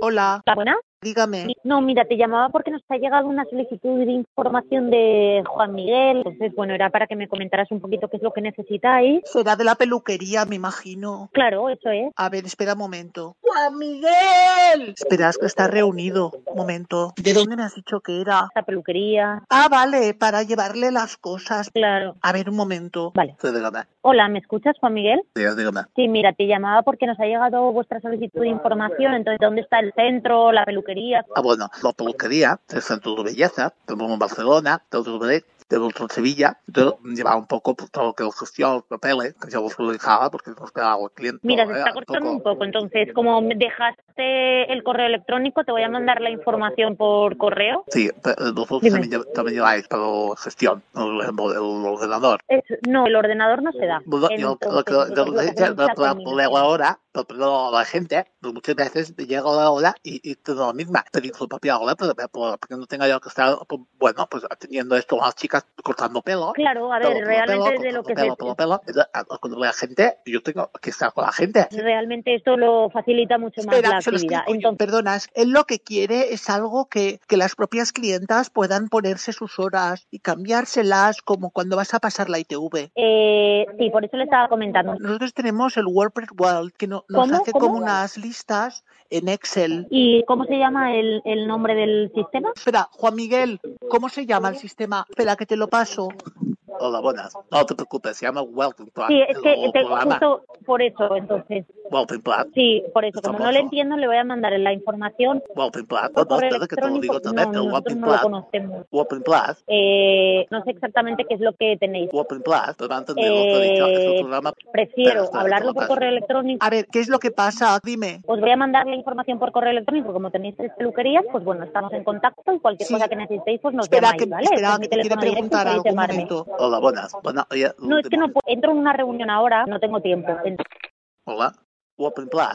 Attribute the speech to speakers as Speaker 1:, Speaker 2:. Speaker 1: Hola,
Speaker 2: ¿Está buena?
Speaker 1: dígame.
Speaker 2: No, mira, te llamaba porque nos ha llegado una solicitud de información de Juan Miguel. Entonces, bueno, era para que me comentaras un poquito qué es lo que necesitáis.
Speaker 1: Será de la peluquería, me imagino.
Speaker 2: Claro, eso es.
Speaker 1: A ver, espera un momento.
Speaker 3: Juan Miguel.
Speaker 1: Espera, es que está reunido. Un momento. ¿De dónde me has dicho que era?
Speaker 2: La peluquería,
Speaker 1: Ah, vale, para llevarle las cosas.
Speaker 2: claro.
Speaker 1: A ver, un momento.
Speaker 2: Vale.
Speaker 1: Sí, dígame.
Speaker 2: Hola, ¿me escuchas, Juan Miguel?
Speaker 1: Sí, dígame.
Speaker 2: Sí, mira, te llamaba porque nos ha llegado vuestra solicitud de información. Entonces, ¿dónde está el centro, la peluquería?
Speaker 1: Ah, bueno, la peluquería, el centro de belleza, tenemos en Barcelona, tenemos en Madrid, tenemos en Sevilla. Yo llevaba un poco por todo lo que los gestión, los papeles, que yo los dejaba porque nos quedaba el cliente.
Speaker 2: Mira,
Speaker 1: ¿no?
Speaker 2: se
Speaker 1: Era
Speaker 2: está cortando un poco. Entonces, como me dejaste el correo electrónico, te voy a mandar la información por correo.
Speaker 1: Sí, pero eh, vosotros
Speaker 2: Dime.
Speaker 1: también, lle- también lleváis para la gestión, el, el- el ordenador.
Speaker 2: Es- no, el ordenador no se da.
Speaker 1: Bueno, yo
Speaker 2: Entonces,
Speaker 1: creo que yo
Speaker 2: nosotros lo
Speaker 1: lo que
Speaker 2: hacemos
Speaker 1: yo
Speaker 2: a
Speaker 1: lo hago
Speaker 2: término.
Speaker 1: ahora, lo pido a la gente, pues muchas veces me llega la hora y, y tengo la misma, pedí su propia hora, pero, pero porque no tenga yo que estar, pues, bueno, pues atendiendo esto a las chicas cortando pelo.
Speaker 2: Claro, a
Speaker 1: Todo,
Speaker 2: ver,
Speaker 1: todo
Speaker 2: realmente
Speaker 1: pelo,
Speaker 2: de lo
Speaker 1: todo
Speaker 2: que
Speaker 1: pelo,
Speaker 2: se
Speaker 1: todo pelo. Entonces, a- Cuando veo a gente, yo tengo que estar con la gente.
Speaker 2: realmente esto lo facilita mucho más
Speaker 1: Espera,
Speaker 2: la
Speaker 1: se lo
Speaker 2: actividad.
Speaker 1: explico yo.
Speaker 2: Entonces,
Speaker 1: Perdonas, él lo que quiere es algo que, que las propias clientas puedan ponerse sus horas y cambiárselas como cuando vas a pasar la ITV.
Speaker 2: eh, sí, por eso le estaba comentando.
Speaker 1: Nosotros tenemos el WordPress World que no- nos
Speaker 2: ¿Cómo?
Speaker 1: hace
Speaker 2: ¿Cómo?
Speaker 1: como unas listas en Excel.
Speaker 2: ¿Y cómo se llama el, el nombre del sistema?
Speaker 1: Espera, Juan Miguel, ¿cómo se llama el sistema? Espera, que te lo paso. Hola, buenas. No te preocupes, se llama Welcome Plan.
Speaker 2: Sí, es que
Speaker 1: Ah, El
Speaker 2: te-
Speaker 1: programa
Speaker 2: justo por eso, entonces.
Speaker 1: Welcome Plan.
Speaker 2: Sí, por eso.
Speaker 1: Está
Speaker 2: Como no le
Speaker 1: famoso.
Speaker 2: entiendo, le voy a mandar la información
Speaker 1: Welcome Plan. No,
Speaker 2: por
Speaker 1: no,
Speaker 2: correo
Speaker 1: espera, que te lo digo
Speaker 2: electrónico.
Speaker 1: también.
Speaker 2: No,
Speaker 1: El
Speaker 2: nosotros
Speaker 1: Welcome
Speaker 2: no lo
Speaker 1: Plan.
Speaker 2: conocemos.
Speaker 1: Welcome Plan.
Speaker 2: Eh, no sé exactamente qué es lo que tenéis.
Speaker 1: Welcome Plan. Te van a entender lo que he dicho. Es un
Speaker 2: Eh,
Speaker 1: programa. Espera,
Speaker 2: Prefiero
Speaker 1: espera,
Speaker 2: hablarlo
Speaker 1: te lo
Speaker 2: por
Speaker 1: paso.
Speaker 2: correo electrónico.
Speaker 1: A ver, ¿qué es lo que pasa? Dime.
Speaker 2: Os voy a mandar la información por correo electrónico. Como tenéis tres peluquerías, pues bueno, estamos en contacto y cualquier
Speaker 1: Sí.
Speaker 2: cosa que necesitéis, pues nos
Speaker 1: Espera,
Speaker 2: llamáis,
Speaker 1: que,
Speaker 2: ¿vale? Este
Speaker 1: espera,
Speaker 2: es mi
Speaker 1: que te quiere
Speaker 2: teléfono directo y
Speaker 1: preguntar
Speaker 2: podéis
Speaker 1: algo. Un
Speaker 2: llamarme.
Speaker 1: momento. Hola, buenas. Bueno, oye,
Speaker 2: No, es que no
Speaker 1: último.
Speaker 2: puedo- entro en una reunión ahora, no tengo tiempo. Entonces,
Speaker 1: Hola. Welcome Plan.